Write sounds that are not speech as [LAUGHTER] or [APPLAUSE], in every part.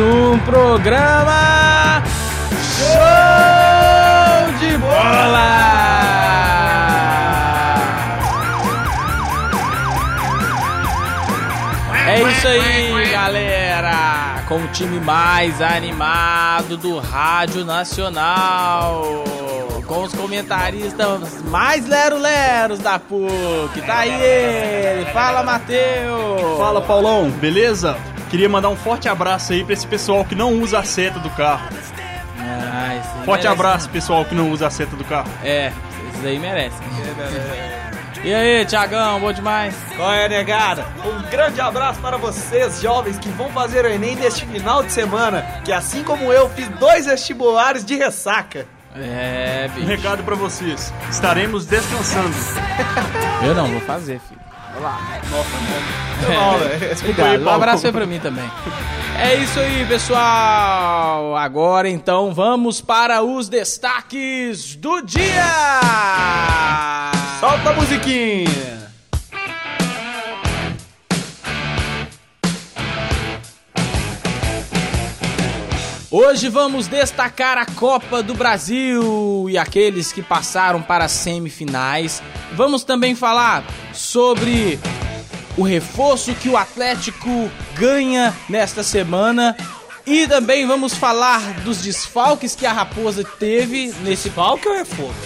um programa Show de Bola! É isso aí, galera! Com o time mais animado do Rádio Nacional. Com os comentaristas mais lero-leros da PUC. Tá aí ele! Fala, Matheus! Fala Paulão, beleza? Queria mandar um forte abraço aí pra esse pessoal que não usa a seta do carro. Ah, esse aí Forte merece. abraço, pessoal que não usa a seta do carro. É, esses aí merecem. E aí, Tiagão, bom demais? Qual é, negada? Um grande abraço para vocês, jovens, que vão fazer o Enem neste final de semana, que assim como eu, fiz dois vestibulares de ressaca. É, Um bicho. recado pra vocês: estaremos descansando. Eu não vou fazer, filho. É. Não, velho. Desculpa aí, Um Paulo. abraço aí pra mim também. É isso aí, pessoal. Agora então vamos para os destaques do dia. Solta a musiquinha. Hoje vamos destacar a Copa do Brasil e aqueles que passaram para as semifinais. Vamos também falar sobre o reforço que o Atlético ganha nesta semana. E também vamos falar dos desfalques que a Raposa teve nesse Desfalque ou reforço?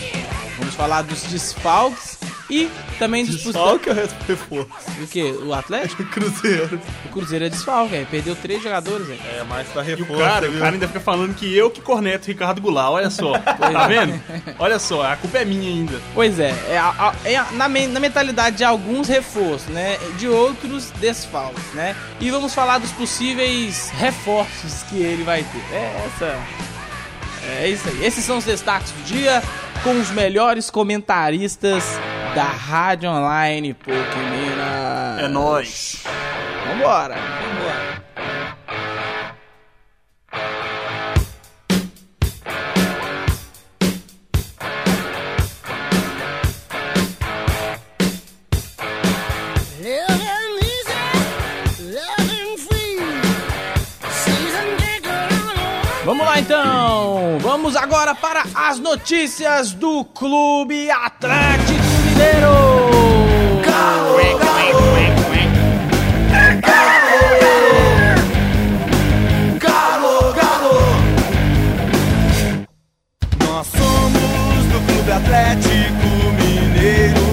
Vamos falar dos desfalques e também dos Desfalque ou reforço? O que? O Atlético? [LAUGHS] Cruzeiro. O Cruzeiro é desfalque, velho. perdeu três jogadores, velho. É, mas tá E reforço. o cara, o cara ainda fica falando que eu que corneto o Ricardo Goulart, [LAUGHS] olha só. é. Tá vendo? Olha só, a culpa é minha ainda. Pois é, é, a- a- é a- na, men- na mentalidade de alguns reforços, né? De outros desfalques, né? E vamos falar dos possíveis reforços que ele vai ter. É essa. É isso aí. Esses são os destaques do dia com os melhores comentaristas da Rádio Online Pokémon. É nóis. Vambora! Living easy, living free. Season ticket on a one Vamos lá então! Vamos agora para as notícias do Clube Atlético Mineiro! Nós somos do Clube Atlético Mineiro.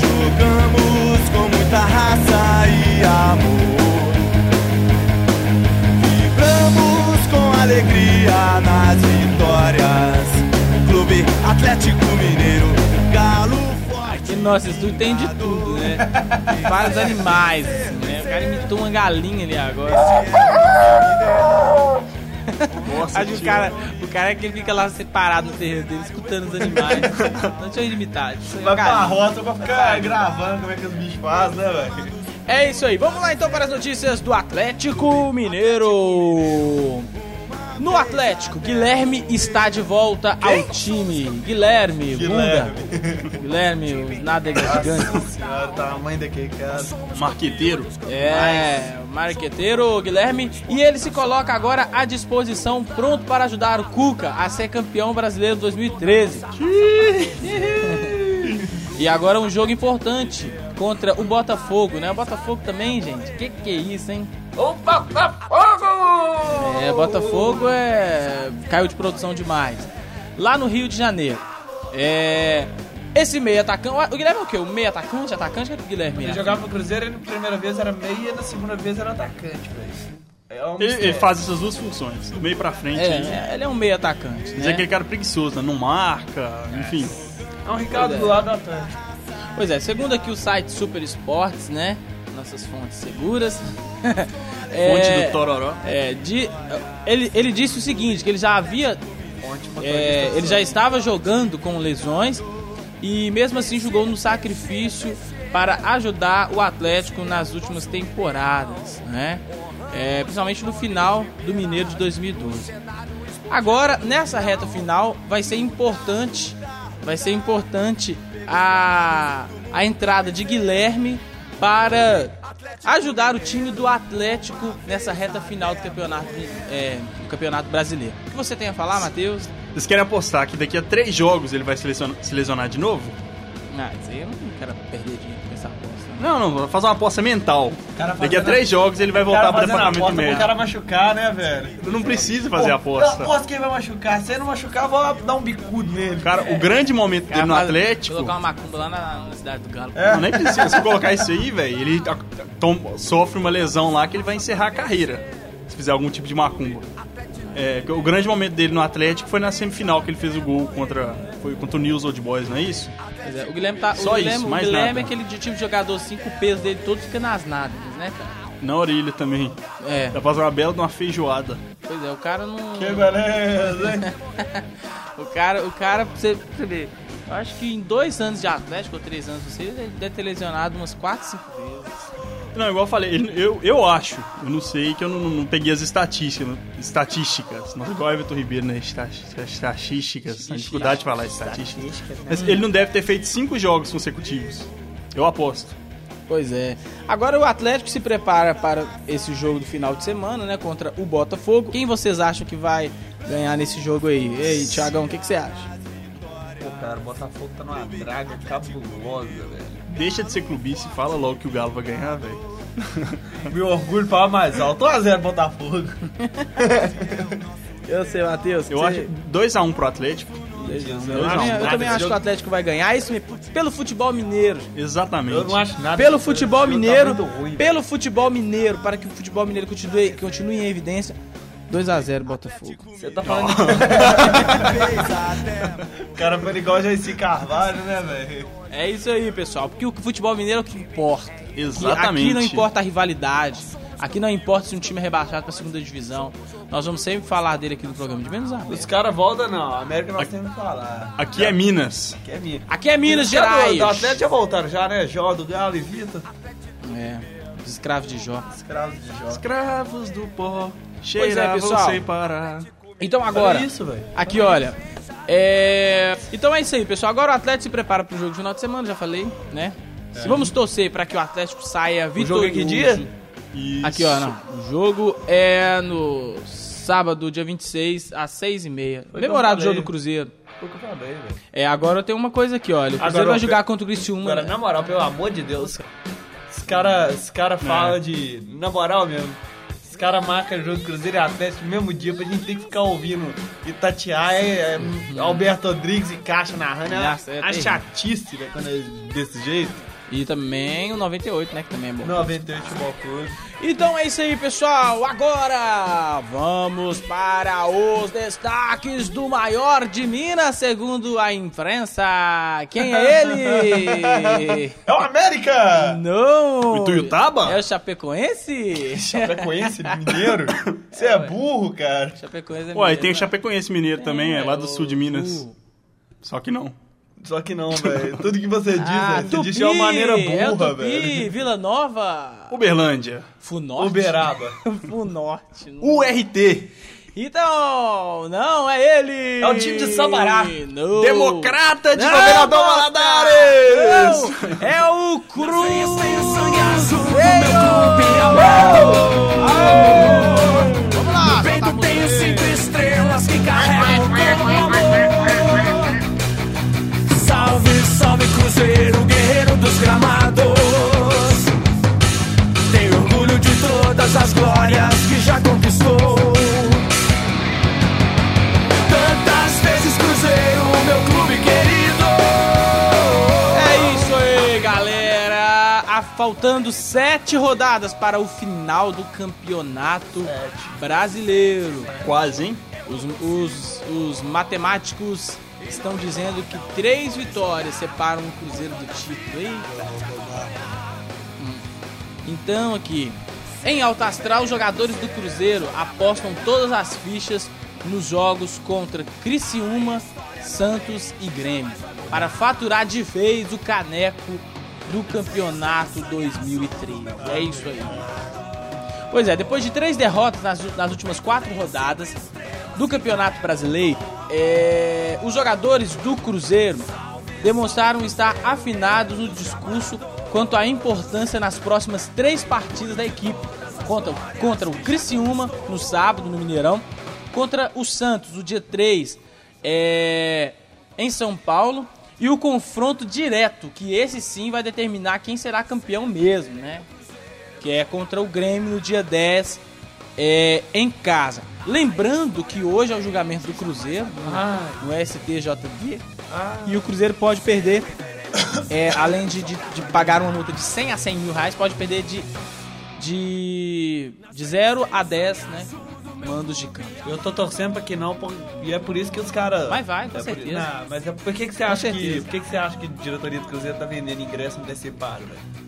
Jogamos com muita raça e amor. Vibramos com alegria nas vitórias. Clube Atlético Mineiro, Galo Forte. E nossa, isso tem de tudo, né? Vários animais, assim, né? O cara imitou uma galinha ali agora. Nossa, Acho que o cara, o cara é que fica lá separado no terreno dele, escutando os animais. Não deixa eu imitar. Deixa eu Vai pra é galinha. rota pra ficar gravando como é que os bichos fazem, né, velho? É isso aí, vamos lá então para as notícias do Atlético Mineiro. No Atlético, Guilherme está de volta ao time. Guilherme, Guilherme. Guilherme, o nádega gigante. Senhora, tamanho daquele cara. marqueteiro. É, marqueteiro Guilherme. E ele se coloca agora à disposição, pronto para ajudar o Cuca a ser campeão brasileiro 2013. E agora um jogo importante contra o Botafogo, né? O Botafogo também, gente. Que que é isso, hein? O Botafogo! É, Botafogo é caiu de produção demais. Lá no Rio de Janeiro. É esse meio atacante, o Guilherme é o quê? O meio atacante, atacante, o que é o Guilherme? é? Ele jogava no Cruzeiro e na primeira vez era meia, na segunda vez era atacante, velho. É um Ele, ele mistério. faz essas duas funções, do meio pra frente. aí. É, ele é um meio atacante, Mas é né? aquele cara preguiçoso, né? não marca, enfim. É um Ricardo do lado do Atlético. Pois é, segundo aqui o site Super Esportes, né? Nossas fontes seguras. [LAUGHS] Fonte do Tororó. É, de, ele, ele disse o seguinte, que ele já havia... é, ele já estava jogando com lesões e mesmo assim jogou no sacrifício para ajudar o Atlético nas últimas temporadas, né? É, principalmente no final do Mineiro de 2012. Agora, nessa reta final, vai ser importante, vai ser importante a, a entrada de Guilherme para ajudar o time do Atlético nessa reta final do campeonato, é, do campeonato brasileiro. O que você tem a falar, Matheus? Vocês querem apostar que daqui a três jogos ele vai se lesionar, se lesionar de novo? Ah, isso aí eu não quero perder dinheiro com essa aposta. né? Não, não, vou fazer uma aposta mental. cara Daqui a fazendo- três jogos ele vai voltar pro departamento O médico. cara machucar, né, velho? Não precisa fazer Pô, aposta. Eu aposto que ele vai machucar. Se ele não machucar, eu vou dar um bicudo nele. Cara, o grande momento dele no Cara, Atlético. É. Colocar uma macumba lá na, na cidade do Galo. Não, nem precisa. Se eu colocar isso aí, velho, ele a- tom- sofre uma lesão lá que ele vai encerrar a carreira. Se fizer algum tipo de macumba. É, que o grande momento dele no Atlético foi na semifinal que ele fez o gol contra, foi contra o News Old Boys, não é isso? Pois é, o Guilherme tá. Só o Guilherme, isso, o mais Guilherme nada. é aquele de- tipo de jogador assim que o peso dele todo fica nas nádegas, né, cara? Na orelha também. É, Dá pra fazer uma bela de uma feijoada. pois é, o cara não. Que beleza, hein? O cara, o cara, pra você, pra você ver, eu acho que em dois anos de Atlético, ou três anos, você ele deve ter lesionado umas quatro, cinco vezes. Não, igual eu falei, ele- eu, eu acho, eu não sei que eu não, não peguei as estatísticas. Estatísticas. Não igual o Everton Ribeiro, né? Esta- Estatísticas. A dificuldade de falar estatísticas. Mas ele não deve ter feito cinco jogos consecutivos. Eu aposto. Pois é. Agora o Atlético se prepara para esse jogo do final de semana, né? Contra o Botafogo. Quem vocês acham que vai ganhar nesse jogo aí? Ei, Thiagão, o que, que você acha? Pô, cara, o Botafogo tá numa draga cabulosa, velho. Deixa de ser clubista e fala logo que o Galo vai ganhar, velho. Meu orgulho fala mais alto. 1x0 Botafogo. Eu sei, Matheus. Eu acho 2x1 pro Atlético. Eu Não, também, eu nada, também esse acho que jogo- o Atlético vai ganhar. Isso me- pelo futebol mineiro. Exatamente. Eu não acho nada. Pelo Esse futebol jogo tá mineiro. muito ruim, velho. pelo futebol mineiro. Para que o futebol mineiro continue, continue em evidência. 2x0 Botafogo. Você tá falando [LAUGHS] de... O cara foi igual o Jaci Carvalho, né, velho? É isso aí, pessoal. Porque o futebol mineiro é o que importa. Que Exatamente. Aqui não importa a rivalidade. Aqui não importa se um time é rebaixado pra segunda divisão. Nós vamos sempre falar dele aqui no programa de menos a menos. Os caras voltam, não. A América nós temos que falar. Aqui é Minas. Que é minha. Aqui é Minas Os caras Gerais. Do, do Atlético já voltaram já, né? Jó, do Galo e Vitor. É, os escravos de Jó. Escravos de Jó. Escravos do pó. é, Cheira pessoal. sem parar. Então agora. Olha isso, velho. Aqui, olha. É... Então é isso aí, pessoal. Agora o Atlético se prepara pro jogo de final de semana, já falei, né? Vamos torcer pra que o Atlético saia É. O jogo vitorioso. é que dia? Isso. Aqui, ó, não. O jogo é no sábado, dia 26, às 6h30. Foi que eu Memorado jogo falei. do Cruzeiro. Foi o que eu falei, velho. É, agora eu tenho uma coisa aqui, olha. O Cruzeiro Agora, vai ó, jogar pera- contra o Criciúma. Agora, né? na moral, pelo amor de Deus, os cara, os cara fala de. Na moral mesmo, os cara marcam jogo Cruzeiro e Atlético no mesmo dia pra gente ter que ficar ouvindo Itatiaia, é, Alberto Rodrigues e Caixa narrando. Uhum. Nossa, é É, é terrível. chatice, velho, quando é desse jeito. E também o 98, né? Que também é bom. 98 Futebol Clube. Então é isso aí, pessoal. Agora vamos para os destaques do maior de Minas, segundo a imprensa. Quem é [LAUGHS] ele? É o Hum. América! Não! O Tuiutaba? É o Chapecoense? Chapecoense, é mineiro? Você é burro, cara. [LAUGHS] Chapecoense é Ué, e mineiro, tem o né? Chapecoense Mineiro também, é lá do o sul de Minas. Tu. Só que não. Só que não, velho. Tudo que você diz, Ah, velho, você Tupi! diz de uma maneira é o burra, Tupi, velho. Vila Nova, Uberlândia. Funorte. Uberaba. Funorte. não. URT. Então, não é ele! É o time de Sabará. Não. Democrata de Não, Governador não, Valadares! não. É o Cruz! peito tenho cinco estrelas que carrego como Salve, salve Cruzeiro, guerreiro dos gramados Tenho orgulho de todas as glórias que já conquistou Tantas vezes Cruzeiro, meu clube querido É isso aí, galera! Ah, faltando sete rodadas para o final do campeonato brasileiro. Quase, hein? Os, os- os matemáticos estão dizendo que três vitórias separam o Cruzeiro do título. Eita. Hum. Então aqui, em alta astral, os jogadores do Cruzeiro apostam todas as fichas nos jogos contra Criciúma, Santos e Grêmio para faturar de vez o caneco do campeonato 2013. É isso aí. Pois é, depois de três derrotas nas, nas últimas quatro rodadas do Campeonato Brasileiro, é, os jogadores do Cruzeiro demonstraram estar afinados no discurso quanto à importância nas próximas três partidas da equipe. Contra, contra o Criciúma, no sábado, no Mineirão. Contra o Santos, no dia 3, é, em São Paulo. E o confronto direto, que esse sim vai determinar quem será campeão mesmo, né? Que é contra o Grêmio no dia 10, é, em casa. Lembrando que hoje é o julgamento do Cruzeiro, no, no STJD. E o Cruzeiro pode perder, é, além de, de- de pagar uma multa de 100 a 100 mil reais, pode perder de, de, de 0 a 10, né? Mandos de campo. Eu tô torcendo pra que não, por- e é por isso que os caras. Mas vai, com é por- certeza. Não, mas é, por que, que você acha que. certeza. Por que, que você acha que a diretoria do Cruzeiro tá vendendo ingresso antecipado, velho?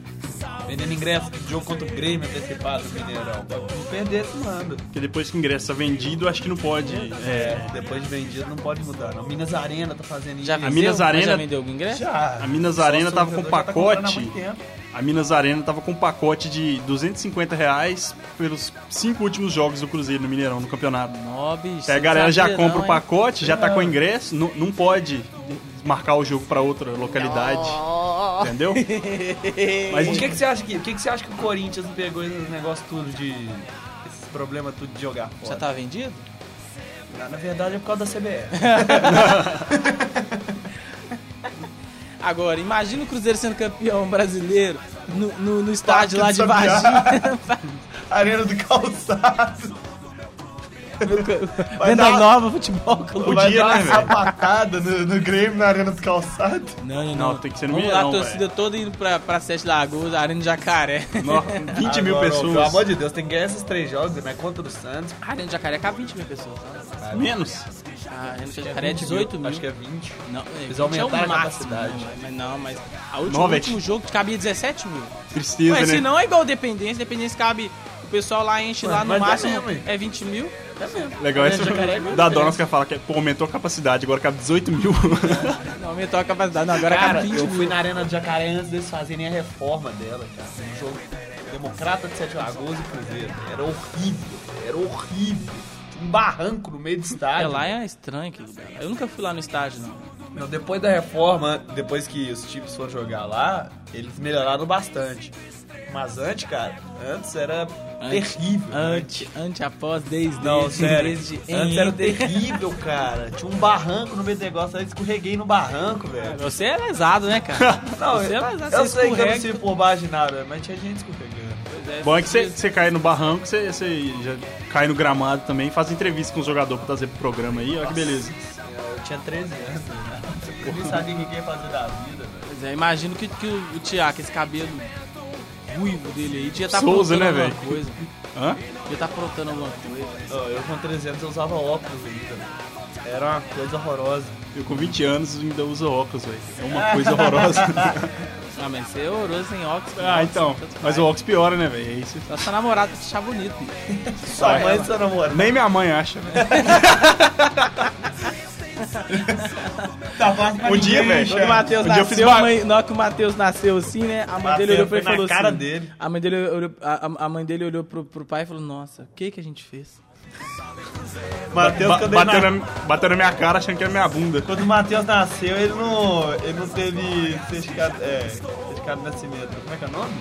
Vendendo ingresso de jogo contra o Grêmio antecipado no Mineirão. pra Não perder esse mando. Porque depois que o ingresso tá vendido, acho que não pode. É, Depois de vendido não pode mudar, não. Minas Arena tá fazendo Já isso. vendeu? Minas Mas Já Arena- vendeu algum ingresso? Já. a Minas Sócio Arena tava com torcedor já tá comprando há pacote. muito tempo. A Minas Arena tava com um pacote de 250 reais pelos cinco últimos jogos do Cruzeiro no Mineirão, no campeonato. Nobis. Aí a galera já compra pacote. o pacote, já tá com o ingresso, não, não pode marcar o jogo pra outra localidade. [LAUGHS] Entendeu? Mas Por que, que você acha que, por que, que você acha que o Corinthians não pegou esses negócios tudo de. esses problemas tudo de jogar Já fora? tá vendido? Na, na verdade é por causa [LAUGHS] da CBF. Agora, imagina o Cruzeiro sendo campeão brasileiro no, no, no estádio lá Parque de do Varginha. Arena do Calçado. Vai Venda dar- nova, futebol clube. Vai Podia, dar né, uma velho? sapatada no, no Grêmio na Arena do Calçado. Não, não, Não, tem que ser no Vamos lá, Mineirão, a torcida toda indo pra, pra Sete Lagoas, Arena de Jacaré. nó, 20 mil Agora, pessoas. Pelo amor de Deus, tem que ganhar esses três jogos, né? Contra o Santos. [LAUGHS] Arena de Jacaré cabe 20 mil pessoas. né? Ah, Menos. A Arena de Jacaré é 18 mil. Acho que é 20. Não, é, Eles 20 é o aumentaram a máximo, capacidade. não, Mas não, mas a última, Não, o último velho. jogo cabia 17 mil. Tristeza, Mas né? se não é igual Dependência, Dependência cabe... O pessoal lá enche Mano, lá no mas dá máximo mesmo, hein? é 20 mil. Legal essa Jacaré é muito da Donas que fala que pô, aumentou a capacidade, agora cabe 18 [LAUGHS] mil. Não, aumentou a capacidade. Não, agora Cara, cabe 20 eu mil. fui na Arena do Jacaré antes deles fazerem a reforma dela, cara. Um jogo democrata de Sete Lagoas e Cruzeiro. Era horrível, era horrível. Tinha Um barranco no meio do estádio. É, lá é estranho aquele lugar. Eu nunca fui lá no estádio, não. Meu, depois da reforma, depois que os times foram jogar lá, eles melhoraram bastante. Mas antes, cara, antes era Antes- terrível. né? Ante, ante, após, desde, Não, desde, sério. desde, Antes era entre. terrível, cara. Tinha um barranco no meio do negócio, aí eu escorreguei no barranco, velho. Você é lesado, né, [LAUGHS] cara? Não, assim, você eu, é lesado, eu você sei que eu não escorrega. né? sei por baixo de nada, mas tinha gente escorregando. Bom é que você- você cai no barranco, você, você já cai no gramado também, faz entrevista com o jogador pra trazer pro programa aí, olha que beleza. Eu tinha 13 anos, né? Eu nem sabia o que que ia fazer da vida, velho. Pois é, imagino que, que o, o Tiago, esse cabelo ruivo dele aí, devia estar Souza, aprontando né, alguma coisa. Hã? Devia estar aprontando alguma coisa. Ó, Eu com 13 anos eu usava óculos ainda. velho. Era uma coisa horrorosa. Eu com 20 anos ainda uso óculos, velho. É uma coisa horrorosa. Ah, mas você é horroroso sem óculos. [LAUGHS] ah, nossa, então. tanto faz. Mas o óculos piora, né, velho? É isso. Só sua namorada te achar bonito. bicho. Sua mãe e seu namorado. Nem minha mãe acha, né? velho. Tá fácil pra Um dia, ninguém, velho. Quando o Matheus Um dia eu fiz nasceu, ba- a mãe, na hora que o Matheus nasceu assim, né? A mãe dele Bateu, olhou pra foi ele e falou na cara assim. dele. A mãe dele olhou, a, a- a mãe dele olhou pro, pro pai e falou, nossa, o que que a gente fez? Matheus, Ba- quando, ele bateu, na- na, bateu na minha cara achando que era minha bunda. quando o Matheus nasceu, ele não, ele não teve certificado, é, certificado de nascimento. Como é que é [LAUGHS] o nome?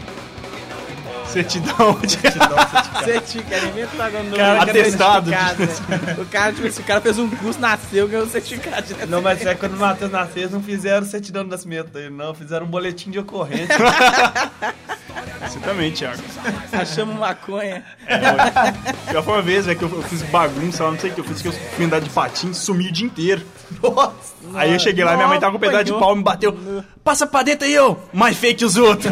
Certidão. de- Certificado, inventa agora um novo Cara, que é atestado. certificado, né? O cara, tipo, esse cara fez um curso, nasceu, ganhou um certificado. de Não, mas é quando o Matheus nasceu, eles não fizeram certidão de nascimento dele, não. Fizeram um boletim de ocorrência. [LAUGHS] Você também, Thiago. Achamos maconha. É, Já foi uma vez, velho, que eu eu fiz bagunça lá, não sei o que eu fiz, que eu fui andar de patins, sumi o dia inteiro. Nossa! Aí eu cheguei lá, minha mãe tava com um pedaço de pau, me bateu. Passa pra dentro aí, eu! Mais feio que os [LAUGHS] outros.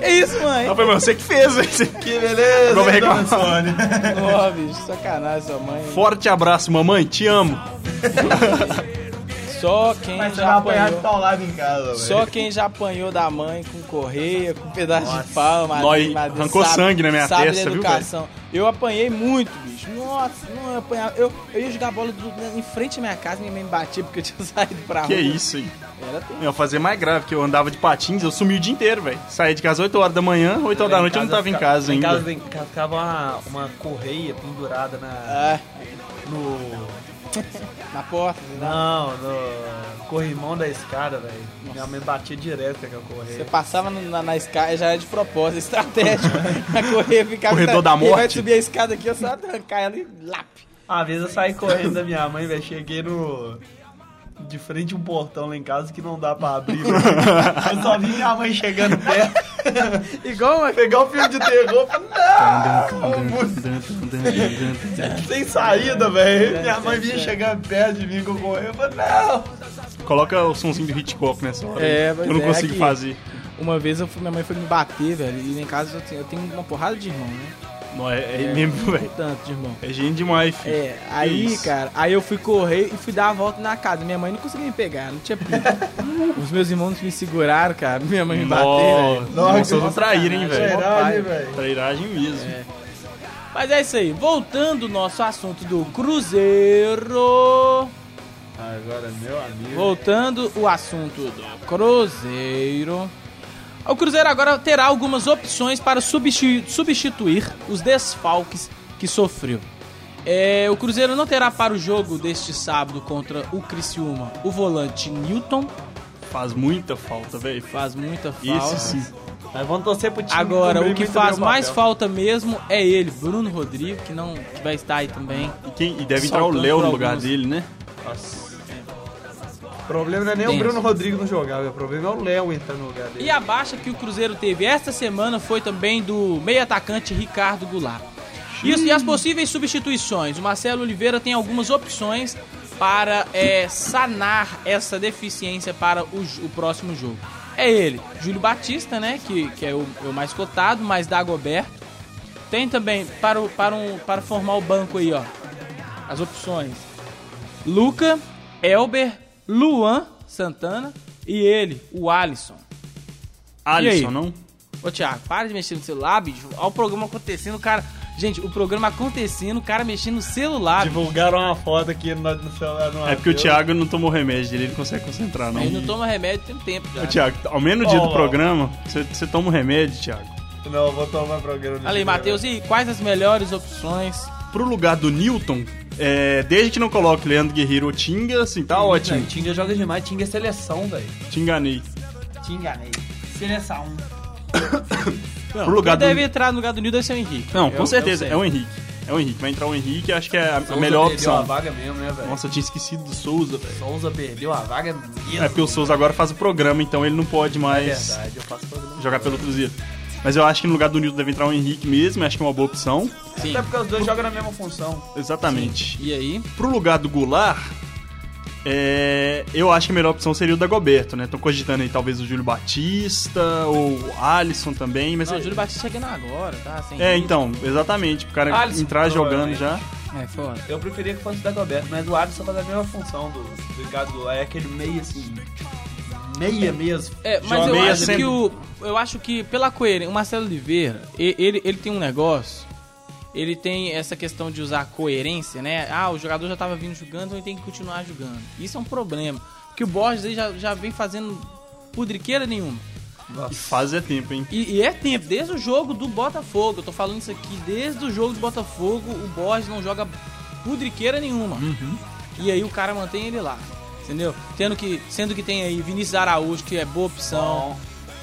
Que isso, mãe? Ela falou, meu, você que fez, tá velho. Que beleza! Não vai hein, dona reclamar. Sônia? Ó, Tá bicho, sacanagem, sua mãe. [LAUGHS] Forte abraço, mamãe, te amo. Só quem Mas você vai já apanhar de apanhou. paulado em casa, velho. Só quem já apanhou da mãe com correia, com pedaço de pau, Nós- arrancou sangue na minha sabe testa, da viu, educação. Eu apanhei muito, bicho. Nossa, não eu apanhava. Eu, eu ia jogar bola do- em frente à minha casa, minha mãe me batia porque eu tinha [LAUGHS] saído pra rua. Que isso, hein? Era tempo. Eu fazia mais grave, que eu andava de patins, eu sumi o dia inteiro, velho. Saía de casa 8 horas da manhã, 8 horas da noite eu não tava em casa Em ainda. casa ficava uma, uma correia pendurada na, Ah, no, É, Na porta. Não, no corrimão da escada, velho. Minha mãe batia direto com aquela Você correia. passava no- na, na escada, já era de propósito, [LAUGHS] estratégico. Na correr, ficava. Corredor da Ele vai morte. subir a escada aqui, eu só arrancar ela e lap. Uma vez eu saí correndo da minha mãe, velho. Cheguei no. De frente a um portão lá em casa que não dá pra abrir, [LAUGHS] velho. Eu só vi minha mãe chegando perto. Igual uma. Pegar o filme de terror. falei, Não! Sem saída, velho. Minha mãe vinha chegando perto de mim com o correio. Eu falei, não! Coloca o somzinho do Hitchcock nessa hora. É, hein? pois Eu não é, consigo aqui. fazer. Uma vez eu fui- minha mãe foi me bater, velho. E em casa eu tenho, eu tenho uma porrada de irmão, né? Não, é, é, mesmo, velho. Tanto de irmão. É gente demais, filho. É, aí, isso. cara, aí eu fui correr e fui dar a volta na casa. Minha mãe não conseguia me pegar, não tinha [LAUGHS] pico. Os meus irmãos me seguraram, cara. Minha mãe me bateu, Nossa, velho. nossa, não traíram, hein, velho. Verdade, velho. Trairagem mesmo. É. Mas é isso aí. Voltando ao nosso assunto do Cruzeiro. Agora, meu amigo. Voltando o assunto do Cruzeiro. O Cruzeiro agora terá algumas opções para substitu- substituir os desfalques que sofreu. É, o Cruzeiro não terá para o jogo deste sábado contra o Criciúma o volante Newton, Faz muita falta, velho. faz muita falta. Esse sim. Mas vamos torcer pro time. Agora, cumprir o que muito faz bem o mais papel. falta mesmo é ele, Bruno Rodrigo, que não que vai estar aí também. E, quem- e deve entrar o Saltando Léo por no lugar alguns. dele, né? O problema não é nem Denso. o Bruno Rodrigo não jogar, velho. O problema é o Léo entrar no lugar dele. E a baixa que o Cruzeiro teve esta semana foi também do meio atacante Ricardo Goulart. E, os- e as possíveis substituições? O Marcelo Oliveira tem algumas opções para é, sanar essa deficiência para o, jo- o próximo jogo. É ele, Júlio Batista, né? Que, que é o, é o mais cotado, mais Dagoberto. Tem também, para, o- para, um, para formar o banco aí, ó. As opções. Luca, Elber, Luan Santana e ele, o Alisson. Alisson, aí? não? Ô, Thiago, para de mexer no celular, bicho. Olha o programa acontecendo, o cara. Gente, o programa acontecendo, o cara mexendo no celular. bicho. Divulgaram uma foto aqui no, no celular. no É porque o Matheus. Thiago não tomou remédio dele, ele não consegue concentrar, não. Ele não toma remédio tem um tempo já. Ô, Thiago, ao menos dia Ó, do ó. programa, você- você toma um remédio, Thiago. Não, eu vou tomar programa. Olha aí, Matheus, e quais as melhores opções? Pro lugar do Newton, é, desde que não coloque Leandro Guerreiro ou Tinga, assim, tá ótimo. Tinga joga demais. Tinga é seleção, velho. Te enganei. Tinga, velho. Seleção. Não, Pro lugar quem do- deve entrar no lugar do Nildo é ser o Henrique. Não, Eu- com eu certeza, sei. é o Henrique. É o Henrique, vai entrar o Henrique, acho que é a, a melhor opção. vaga mesmo, né, velho? Nossa, eu tinha esquecido do Souza, velho. Souza perdeu a vaga mesmo. É porque o Souza agora faz o programa, então ele não pode mais É verdade, eu faço programa. jogar pelo Cruzeiro. Mas eu acho que no lugar do Nilton deve entrar o Henrique mesmo, acho que é uma boa opção. Sim. Até porque os dois jogam na mesma função. Exatamente. E aí? Pro lugar do Goulart, é, eu acho que a melhor opção seria o Dagoberto, né? Tô cogitando aí talvez o Júlio Batista ou o Alisson também, mas... Não, o Júlio Batista chegando agora, tá? Sem É, risco. então, exatamente. O cara Alisson, entrar jogando provavelmente. já. É, foda. Eu preferia que fosse o Dagoberto, mas o Alisson faz a mesma função do, do Ricardo Goulart. É aquele meio assim. Meia assim. mesmo. É, mas Joga eu meia acho sempre. que o. Eu acho que pela coerência. O Marcelo Oliveira, e- ele, ele tem um negócio. Ele tem essa questão de usar coerência, né? Ah, o jogador já tava vindo jogando, então ele tem que continuar jogando. Isso é um problema. Porque o Borges aí já, já vem fazendo pudriqueira nenhuma. E faz é tempo, hein? E, e é tempo, desde o jogo do Botafogo. Eu tô falando isso aqui, desde o jogo do Botafogo, o Borges não joga pudriqueira nenhuma. Uhum. E aí o cara mantém ele lá. Entendeu? Tendo que, sendo que tem aí Vinícius Araújo, que é boa opção.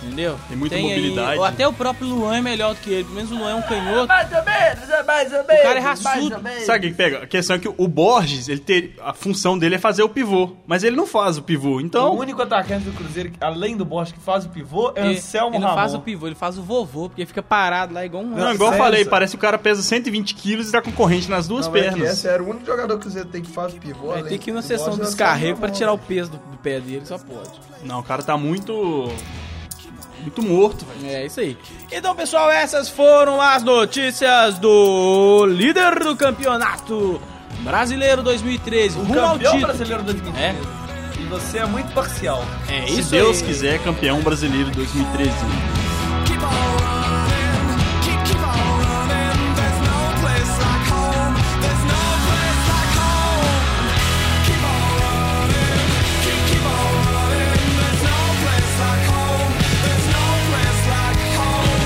Entendeu? Tem muita aí- mobilidade. né? ou até o próprio Luan é melhor do que ele. Pelo menos o Luan é um canhoto. Mais ou menos, é mais ou menos. cara é raçudo. Sabe o que que pega? A questão é que o Borges, ele ter, a função dele é fazer o pivô, mas ele não faz o pivô. O Então, único atacante do Cruzeiro, que, além do Borges, que faz o pivô é Ele- Anselmo ele não Ramon. faz o pivô, ele faz o vovô, porque ele fica parado lá igual um. não, Não, igual eu sério, falei, sério. parece que o cara pesa 120 quilos e tá concorrente nas duas Não, mas é que pernas. Esse era o único jogador que o Cruzeiro tem que faz pivô. Ele além tem que ir na do sessão do Borges, descarrego é pra o tirar o peso do, do pé dele, só pode. Não, o cara tá muito. Muito morto, velho. É isso aí. Então, pessoal, essas foram as notícias do líder do campeonato brasileiro 2013. O rumo ao campeão título. brasileiro de 2013. E você é muito parcial. É Se isso Deus aí. quiser, campeão brasileiro 2013. Keep on running, keep keep on running. There's no place like home. There's no place like home. Keep on running, keep keep on running. There's no place like home. There's no place like home.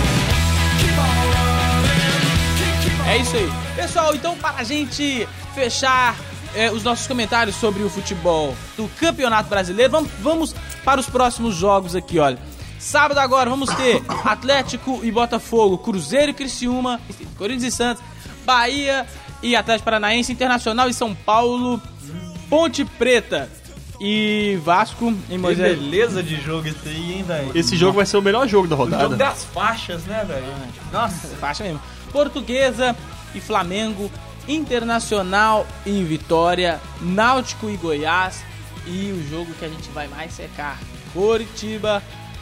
Keep on running, keep keep on. É isso aí. Pessoal, então para a gente fechar é, os nossos comentários sobre o futebol do Campeonato Brasileiro. Vamos, vamos para os próximos jogos aqui, olha. Sábado agora vamos ter [COUGHS] Atlético e Botafogo, Cruzeiro e Criciúma, Corinthians e Santos, Bahia e Atlético Paranaense, Internacional e São Paulo, Ponte Preta e Vasco em Que Moisés. beleza de jogo esse aí, hein, velho? Esse jogo vai ser o melhor jogo da é O jogo rodada. das faixas, né, velho? Ah, Nossa. Faixa mesmo. Portuguesa e Flamengo, Internacional e Vitória, Náutico e Goiás e o jogo que a gente vai mais secar, Coritiba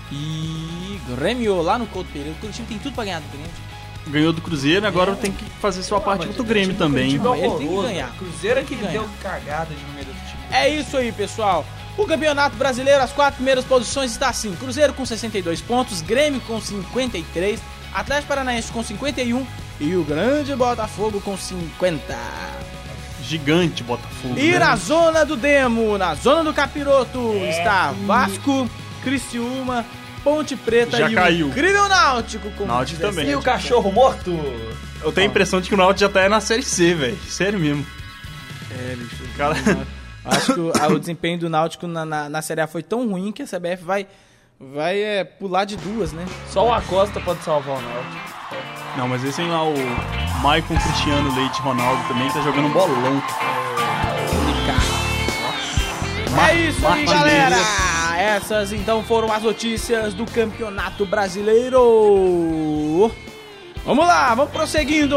e Grêmio lá no Couto Pereira. O Coritiba tem tudo pra ganhar do Grêmio. Ganhou do Cruzeiro, agora tem que fazer sua parte contra o Grêmio também. Não, ele tem que Horroroso, ganhar. né? Cruzeiro é que Tem que deu ganhar. cagada de número do time. É isso aí, pessoal. O Campeonato Brasileiro, as quatro primeiras posições está assim: Cruzeiro com 62 pontos, Grêmio com 53, Atlético Paranaense com 51 e o grande Botafogo com 50. Gigante Botafogo. E né? na zona do demo, na zona do capiroto, É. está Vasco, Criciúma, Ponte Preta Já e caiu. o incrível Náutico. Com Náutico 17. também. E o cachorro morto? Eu tenho a impressão de que o Náutico já tá aí na Série C, velho. Sério mesmo. É, cara... [LAUGHS] Acho que o, a- o desempenho do Náutico na, na, na Série A foi tão ruim que a CBF vai, vai é, pular de duas, né? Só o Acosta pode salvar o Náutico. Não, mas esse tem lá o Maicon Cristiano Leite Ronaldo também, que tá jogando um bolão. É isso aí, galera! Essas então foram as notícias do Campeonato Brasileiro. Vamos lá, vamos prosseguindo!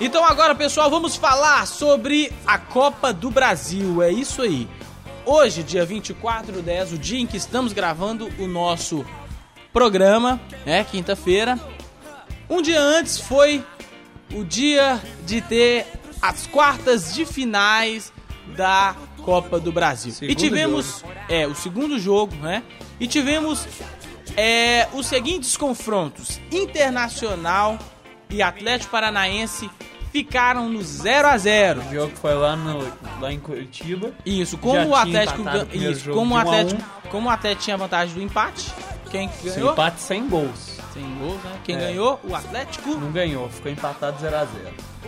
Então agora, pessoal, vamos falar sobre a Copa do Brasil. É isso aí. Hoje, dia 24 10, o dia em que estamos gravando o nosso programa, né, quinta-feira. Um dia antes foi o dia de ter as quartas de finais da Copa do Brasil. e Segundo tivemos é o segundo jogo, né? E tivemos é, os seguintes confrontos: Internacional e Atlético Paranaense ficaram no 0 a 0. O jogo foi lá, no, lá em Curitiba. Isso, como Já o tinha Atlético empatado o gan- primeiro isso, jogo como o de um a Atlético, como o Atlético tinha vantagem do empate, quem que Esse ganhou? Um empate sem gols. Sem gols, né? Quem É. ganhou? O Atlético Não ganhou, ficou empatado 0x0.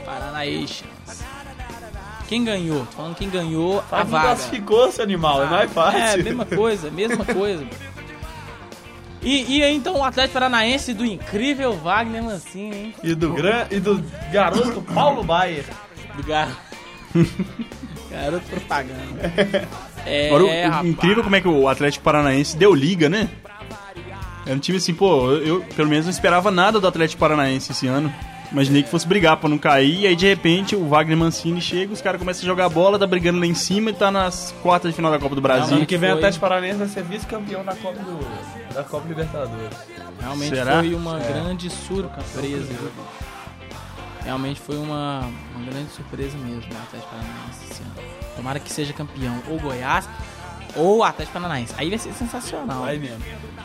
Paranaense. Quem ganhou? Tô falando quem ganhou a Mas não vaga. classificou esse animal, é mais fácil. É, mesma coisa, mesma coisa. E, e aí, então o Atlético Paranaense do incrível Wagner Mancini, hein? E [LAUGHS] do, gran... e do garoto Paulo Baier. Do gar... [LAUGHS] Garoto propaganda. É, [LAUGHS] Agora, o- o rapaz. incrível como é que o Atlético Paranaense deu liga, né? É um time assim, pô, eu pelo menos não esperava nada do Atlético Paranaense esse ano. Imaginei que fosse brigar pra não cair, e aí de repente o Wagner Mancini chega, os caras começam a jogar bola, tá brigando lá em cima e tá nas quartas de final da Copa do Brasil. Ano que vem o foi. Atlético Paranaense vai ser vice-campeão da Copa do... da Copa Libertadores. Realmente Será? foi uma É. grande surpresa. viu? Realmente foi uma, uma grande surpresa mesmo o Atlético Paranaense esse ano. Tomara que seja campeão ou Goiás ou Atlético Paranaense. Aí vai ser sensacional. Vai mesmo.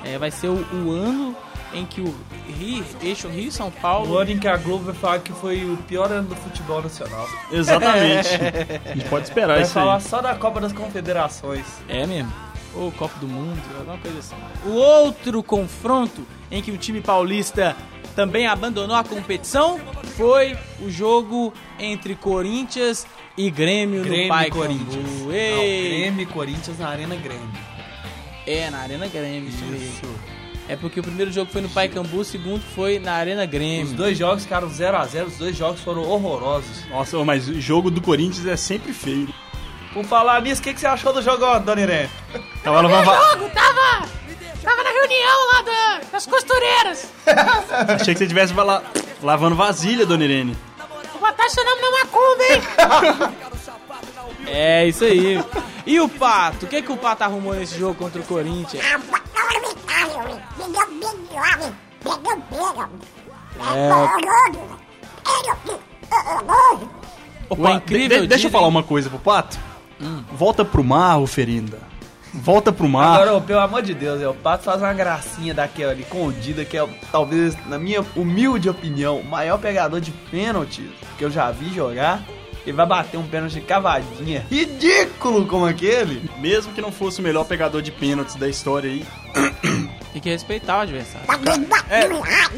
É, vai ser o, o ano em que o Rio, eixo Rio São O Paulo ano em que a Globo vai falar que foi o pior ano do futebol nacional. Exatamente. A gente pode esperar Vai isso aí. falar assim. só da Copa das Confederações. é mesmo. Ou Copa do Mundo, alguma coisa assim. O outro confronto em que o time paulista também abandonou a competição foi o jogo entre Corinthians e Grêmio, no Grêmio e Pai Corinthians. Corinthians. Não, Grêmio e Corinthians na Arena Grêmio. É, na Arena Grêmio, isso mesmo. Isso. É porque o primeiro jogo foi no Paycandu, o segundo foi na Arena Os Grêmio. dois jogos ficaram 0x0, os dois jogos foram horrorosos. Nossa, ô, mas o jogo do Corinthians é sempre feio. Por falar nisso, o que, que você achou do jogo, Dona Irene? Tava lavando va- Tava na reunião lá da- das costureiras. Achei que você estivesse la... lavando vasilha, dona Irene. Vou botar seu nome na macumba, hein? É, isso aí. E o Pato? O que, que o Pato arrumou nesse jogo contra o Corinthians? O Ué, incrível de- deixa eu Dida, falar hein? uma coisa pro Pato. Volta pro mar, oferenda. Volta pro mar. Agora, ô, pelo amor de Deus, é, o Pato faz uma gracinha daquela ali, condida, que é, talvez, na minha humilde opinião, o maior pegador de pênalti que eu já vi jogar. Ele vai bater um pênalti de cavadinha. Ridículo como aquele. Mesmo que não fosse o melhor pegador de pênaltis da história aí, Tem que respeitar o adversário.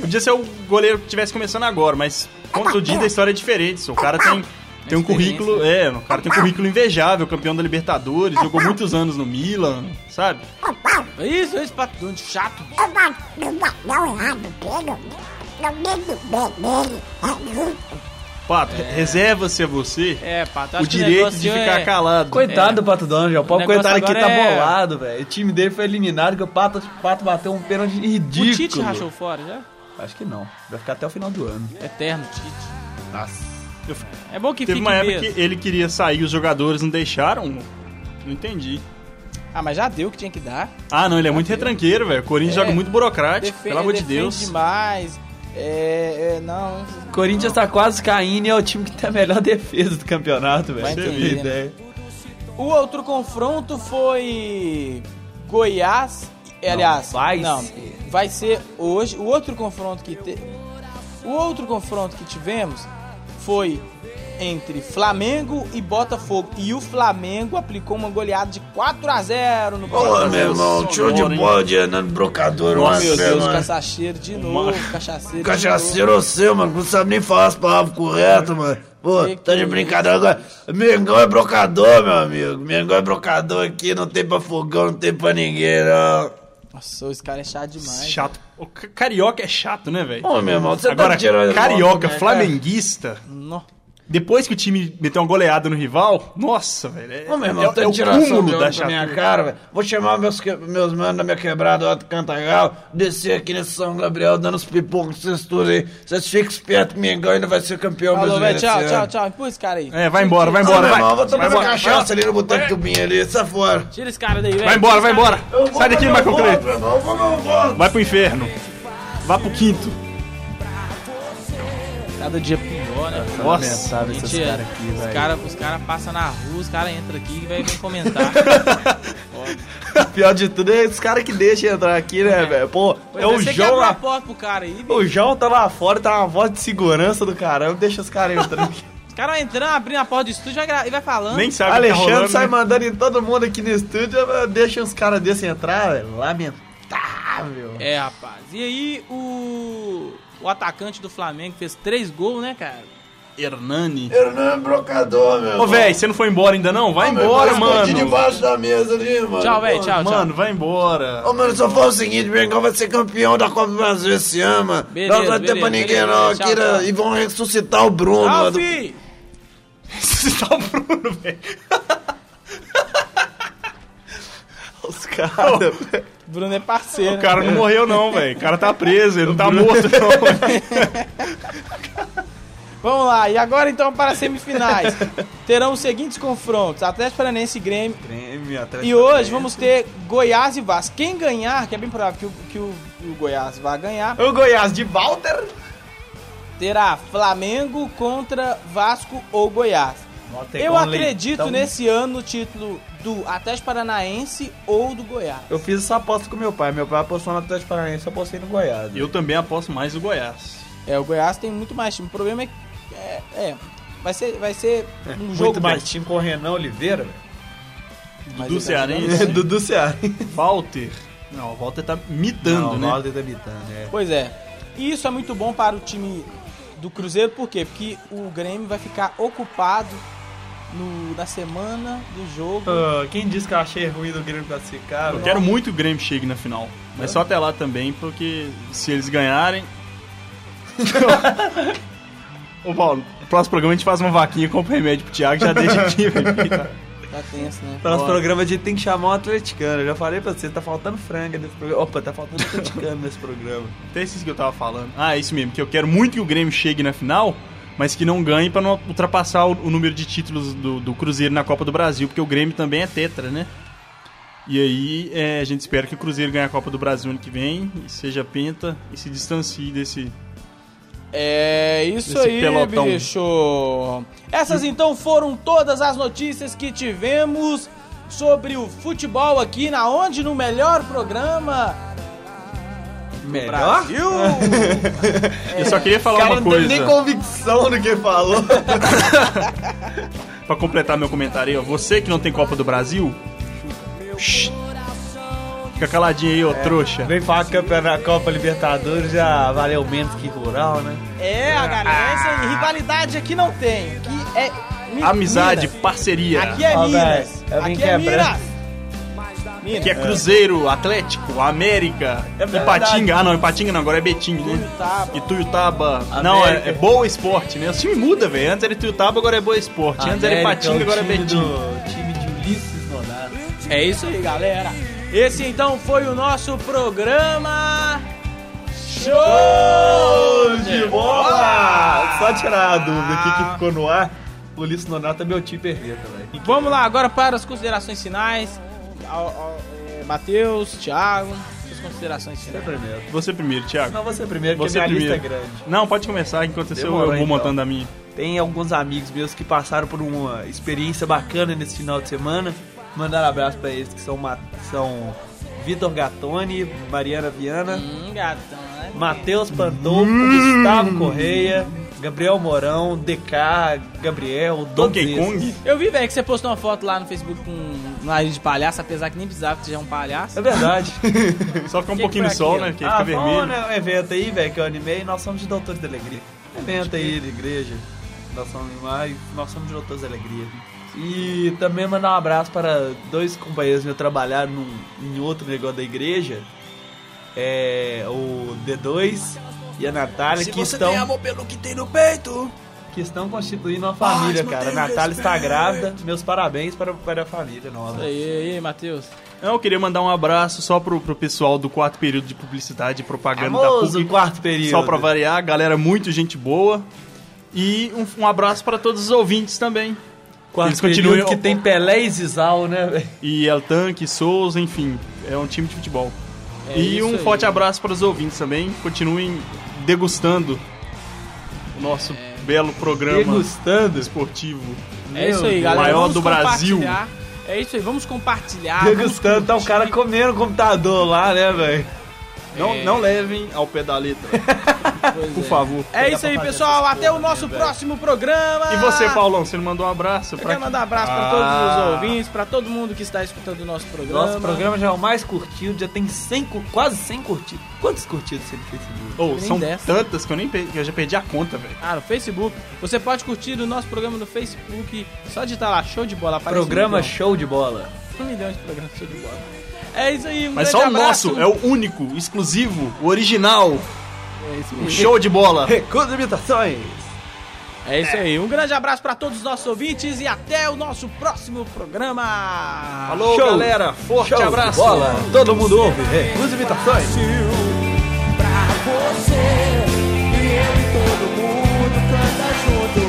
podia ser o goleiro que estivesse começando agora, mas contra o Dida a história é diferente. só. O cara tem, tem um currículo, é, o cara tem um currículo invejável, campeão da Libertadores, jogou muitos anos no Milan, sabe? Isso, esse patão de chato. Pato, reserva-se a você É, pato, o acho que direito negócio de é- ficar calado. Coitado do Pato Donald, É. o pobre O negócio coitado aqui tá agora é- bolado, velho. O time dele foi eliminado, que o Pato, o Pato bateu um pênalti ridículo. O Tite rachou fora já? Acho que não. Vai ficar até o final do ano. Eterno Tite. Eu- É bom que Teve fique uma época mesmo. que ele queria sair, os jogadores não deixaram. Não entendi. Ah, mas já deu o que tinha que dar. Ah, não, ele é muito retranqueiro, velho. O Corinthians É. joga muito burocrático, Defe- pelo amor de defende Deus. demais. É, é, não. Corinthians tá quase caindo e é o time que tem a melhor defesa do campeonato, velho. Vai Você entender, tem ideia. [LAUGHS] O outro confronto foi Goiás. e- aliás, vai não, ser. vai ser hoje. O outro confronto que te... o outro confronto que tivemos foi entre Flamengo e Botafogo e o Flamengo aplicou uma goleada de 4 a 0 no Botafogo. irmão, show de bode, Hernando Brocador, né, Nossa, meu Deus, cachaceiro de novo, cachaceiro. de Cachaceiro seu, mano, que não sabe nem falar as palavras corretas, mano. Pô, Que tá de que- é brincadeira agora. Mengão é brocador, meu amigo. Mengão é brocador aqui, não tem pra fogão, não tem pra ninguém, não. novo. Nossa, esse cara é chato demais. Chato. O ca- carioca é chato, né, velho? Ô, meu irmão, você Agora, tá tirando... carioca, flamenguista, Nó. depois que o time meteu uma goleada no rival, nossa, velho. É, Ô, meu é- irmão, é tá o tirando cúmulo da da minha chatura. cara, velho. Vou chamar meus, que- meus manos da minha quebrada lá do Cantagal, descer aqui nesse São Gabriel, dando os pipocos, vocês tudo aí. Vocês ficam espertos, Mengão ainda vai ser campeão Falou, velho, brasileiro tchau, esse é- tchau, ano. tchau. Põe esse cara aí. É, vai embora, vai Ô, embora, meu vai. irmão, vou Vai tomar uma embora, vai cachaça ali no boteco do Binha ali, sai fora. Tira esse cara daí, velho. vai embora, vai embora. Eu vou, Sai daqui, mas eu Michael vou, Cleiton. meu irmão, eu vou, mas eu vou. Vai pro inferno. Vá pro quinto. Cada dia pior, né? Nossa. Sabe esses Gente, caras aqui, os velho. caras os cara passam na rua, os caras entram aqui e vai vem comentar. Pior de tudo é esses caras que deixam entrar aqui, né, velho? Pô, é o Você que abre João a lá. porta pro cara aí, bicho. O João tá lá fora, tá uma voz de segurança do caramba, deixa os caras [LAUGHS] entrando aqui. Os caras vão entrando, abrindo a porta do estúdio vai gra- e vai falando. Nem sabe o que tá Alexandre rolando, sai né? mandando em todo mundo aqui no estúdio, mas deixa os caras desse entrar, velho. Lamentável. É, rapaz. E aí o. O atacante do Flamengo fez três gols, né, cara? Hernani. Hernando é Brocador, meu Ô, irmão. velho, você não foi embora ainda não? Vai Meu embora, irmão, escondi mano. debaixo da mesa ali, mano. Tchau, velho, tchau, tchau. Mano, vai embora. [LAUGHS] Ô, mano, só fala o seguinte, Mengão vai ser campeão da Copa do Brasil esse ano, mano. Beleza, não vai ter pra beleza, ninguém, beleza, não. tchau, Aqui, né, tchau. E vão ressuscitar o Bruno. Tchau, mano. fi! Esse tá o Bruno, velho. Os caras. Bruno é parceiro. O cara não morreu não, velho. O cara tá preso, ele não tá morto não. Vamos lá, e agora então para as semifinais. Terão os seguintes confrontos: Atlético Paranaense e Grêmio. É, E hoje vamos ter Goiás e Vasco. Quem ganhar, que é bem provável que o, que o- o Goiás vá ganhar, O Goiás de Walter. terá Flamengo contra Vasco ou Goiás. Eu acredito nesse ano no título do Atlético Paranaense ou do Goiás. Eu fiz essa aposta com meu pai. Meu pai apostou no Atlético Paranaense, eu apostei no [LAUGHS] Goiás. Eu também aposto mais no Goiás. É, o Goiás tem muito mais time. O problema é que. É. é, vai ser, vai ser um É, Muito jogo mais time com o Renan Oliveira, velho. Mas do ele tá Cearense. jogando bem. É Dudu Ceará. Walter. Não, o Walter tá mitando, né? Walter tá mitando, é. Pois é. E isso é muito bom para o time do Cruzeiro, por quê? Porque o Grêmio vai ficar ocupado no, na semana do jogo. Ah, quem disse que eu achei ruim do Grêmio classificar? Eu velho? quero muito que o Grêmio chegue na final. Mas só até lá também, porque se eles ganharem. [LAUGHS] Ô Paulo, no próximo programa a gente faz uma vaquinha com o remédio pro Thiago já deixa aqui, [LAUGHS] velho. Tá tenso, né? Nosso programa a gente tem que chamar um atleticano. Eu já falei pra você, tá faltando franga nesse programa. Opa, tá faltando atleticano nesse programa. Até esses que eu tava falando. Ah, é isso mesmo, que eu quero muito que o Grêmio chegue na final, mas que não ganhe pra não ultrapassar o, o número de títulos do, do Cruzeiro na Copa do Brasil, porque o Grêmio também é tetra, né? E aí é, a gente espera que o Cruzeiro ganhe a Copa do Brasil ano que vem, e seja penta e se distancie desse. É isso Esse aí, pelotão. bicho. Essas então foram todas as notícias que tivemos sobre o futebol aqui na onde no melhor programa [LAUGHS] Melhor? Eu só queria O falar cara uma não teve nem coisa convicção do que falou. pra completar meu comentário aí, ó. Você que não tem Copa do Brasil, shh, fica caladinho aí, é ô trouxa. [LAUGHS] Vem falar que a Copa Libertadores já valeu menos que rural, né? É, a galera, essa aí, rivalidade aqui não tem. Aqui é. Mi- Amizade, Minas. parceria. Aqui é Ó, Minas. velho, eu vim Aqui é quebrar. Minas. Que é Cruzeiro, Atlético, América, É Ipatinga. Ah, não, Ipatinga não, agora é Betim, né? Tuiutaba. Ituiutaba. Não, é, é Boa Esporte, né? O time muda, velho. Antes era Ituiutaba, agora é Boa Esporte. Antes era Ipatinga, agora é Betim. Do time de Ulisses Nonato. É isso aí, galera. Esse então foi o nosso programa. Show É. de Olá! Só tirar a dúvida aqui que ficou no ar. O Ulisses Nonato é meu time perfeito, velho. Vamos lá, agora para as considerações finais. Ao- ao- é, Matheus, Thiago, suas considerações Você finais. primeiro. Você primeiro, Thiago. Não, você primeiro, porque Você minha primeiro. lista é grande. Não, pode começar enquanto eu- eu Demorou, vou então. montando a minha. Tem alguns amigos meus que passaram por uma experiência bacana nesse final de semana. Mandaram abraço pra eles que são, Ma- são Vitor Gattoni, Mariana Viana, Hum, gatão, né? Matheus Pantofo, Hum. Gustavo Correia, Gabriel Mourão, DK, Gabriel, todos Donkey esses. Kong? Eu vi, velho, que você postou uma foto lá no Facebook com um nariz de palhaço, apesar que nem precisava que você é um É palhaço. verdade. Só ficar um Que que pouquinho no foi sol, aquilo? né? Porque ah, fica bom, vermelho. né? Um evento aí, velho, que eu animei. Nós somos de Doutores da Alegria. Evento aí da igreja. Nós somos mais. Nós somos de Doutores da Alegria. E também mandar um abraço para dois companheiros meus que trabalharam num, em outro negócio da igreja. É. O D2 e a Natália, que estão. pelo que tem no peito. Que estão constituindo uma família, cara. A Natália está grávida. Meus parabéns para, para a família nova. E aí, Matheus? Não, eu queria mandar um abraço só pro, pro pessoal do quarto período de publicidade e propaganda da Tá Famoso PUC. quarto período. Só pra variar, galera, é muito gente boa. E um, um abraço pra todos os ouvintes também. Quarto Eles continuem- período que tem Pelé e Zizal, né, velho? E El Tanque, Souza, enfim, é um time de futebol. É e isso um aí. forte abraço para os ouvintes também. Continuem degustando o nosso belo programa Degustando. esportivo. é isso aí, galera. maior Vamos do Brasil. compartilhar. É isso aí, vamos compartilhar. vamos Degustando, tá o cara comendo o computador lá, né, velho? Não, É. não levem ao pé [LAUGHS] da letra, por favor. É isso aí, pessoal. Até o nosso próximo programa. né, E você, Paulão, você não mandou um abraço? Ah! Eu pra quero mandar um abraço pra Ah. todos os ouvintes, pra todo mundo que está escutando o nosso programa. Nosso programa já é o mais curtido, já tem 100, cu- quase 100 curtidos. Quantos curtidos você fez esse Oh, Nem são dessa. tantas que eu nem pe- que eu já perdi a conta, velho. Ah, no Facebook. Você pode curtir o nosso programa no Facebook. Só digitar lá, show de bola. Aparece Programa um milhão. show de bola. Um milhão de programas, show de bola. É isso aí, um grande Mas só o abraço. nosso, é o único, exclusivo, o original, É isso o mesmo. show de bola. Recusa imitações. É isso aí. Um grande abraço pra todos os nossos ouvintes e até o nosso próximo programa. Alô, Show. galera, forte Show de abraço. bola. Todo mundo ouve. Recusa imitações. Pra você, e eu e todo mundo canta junto.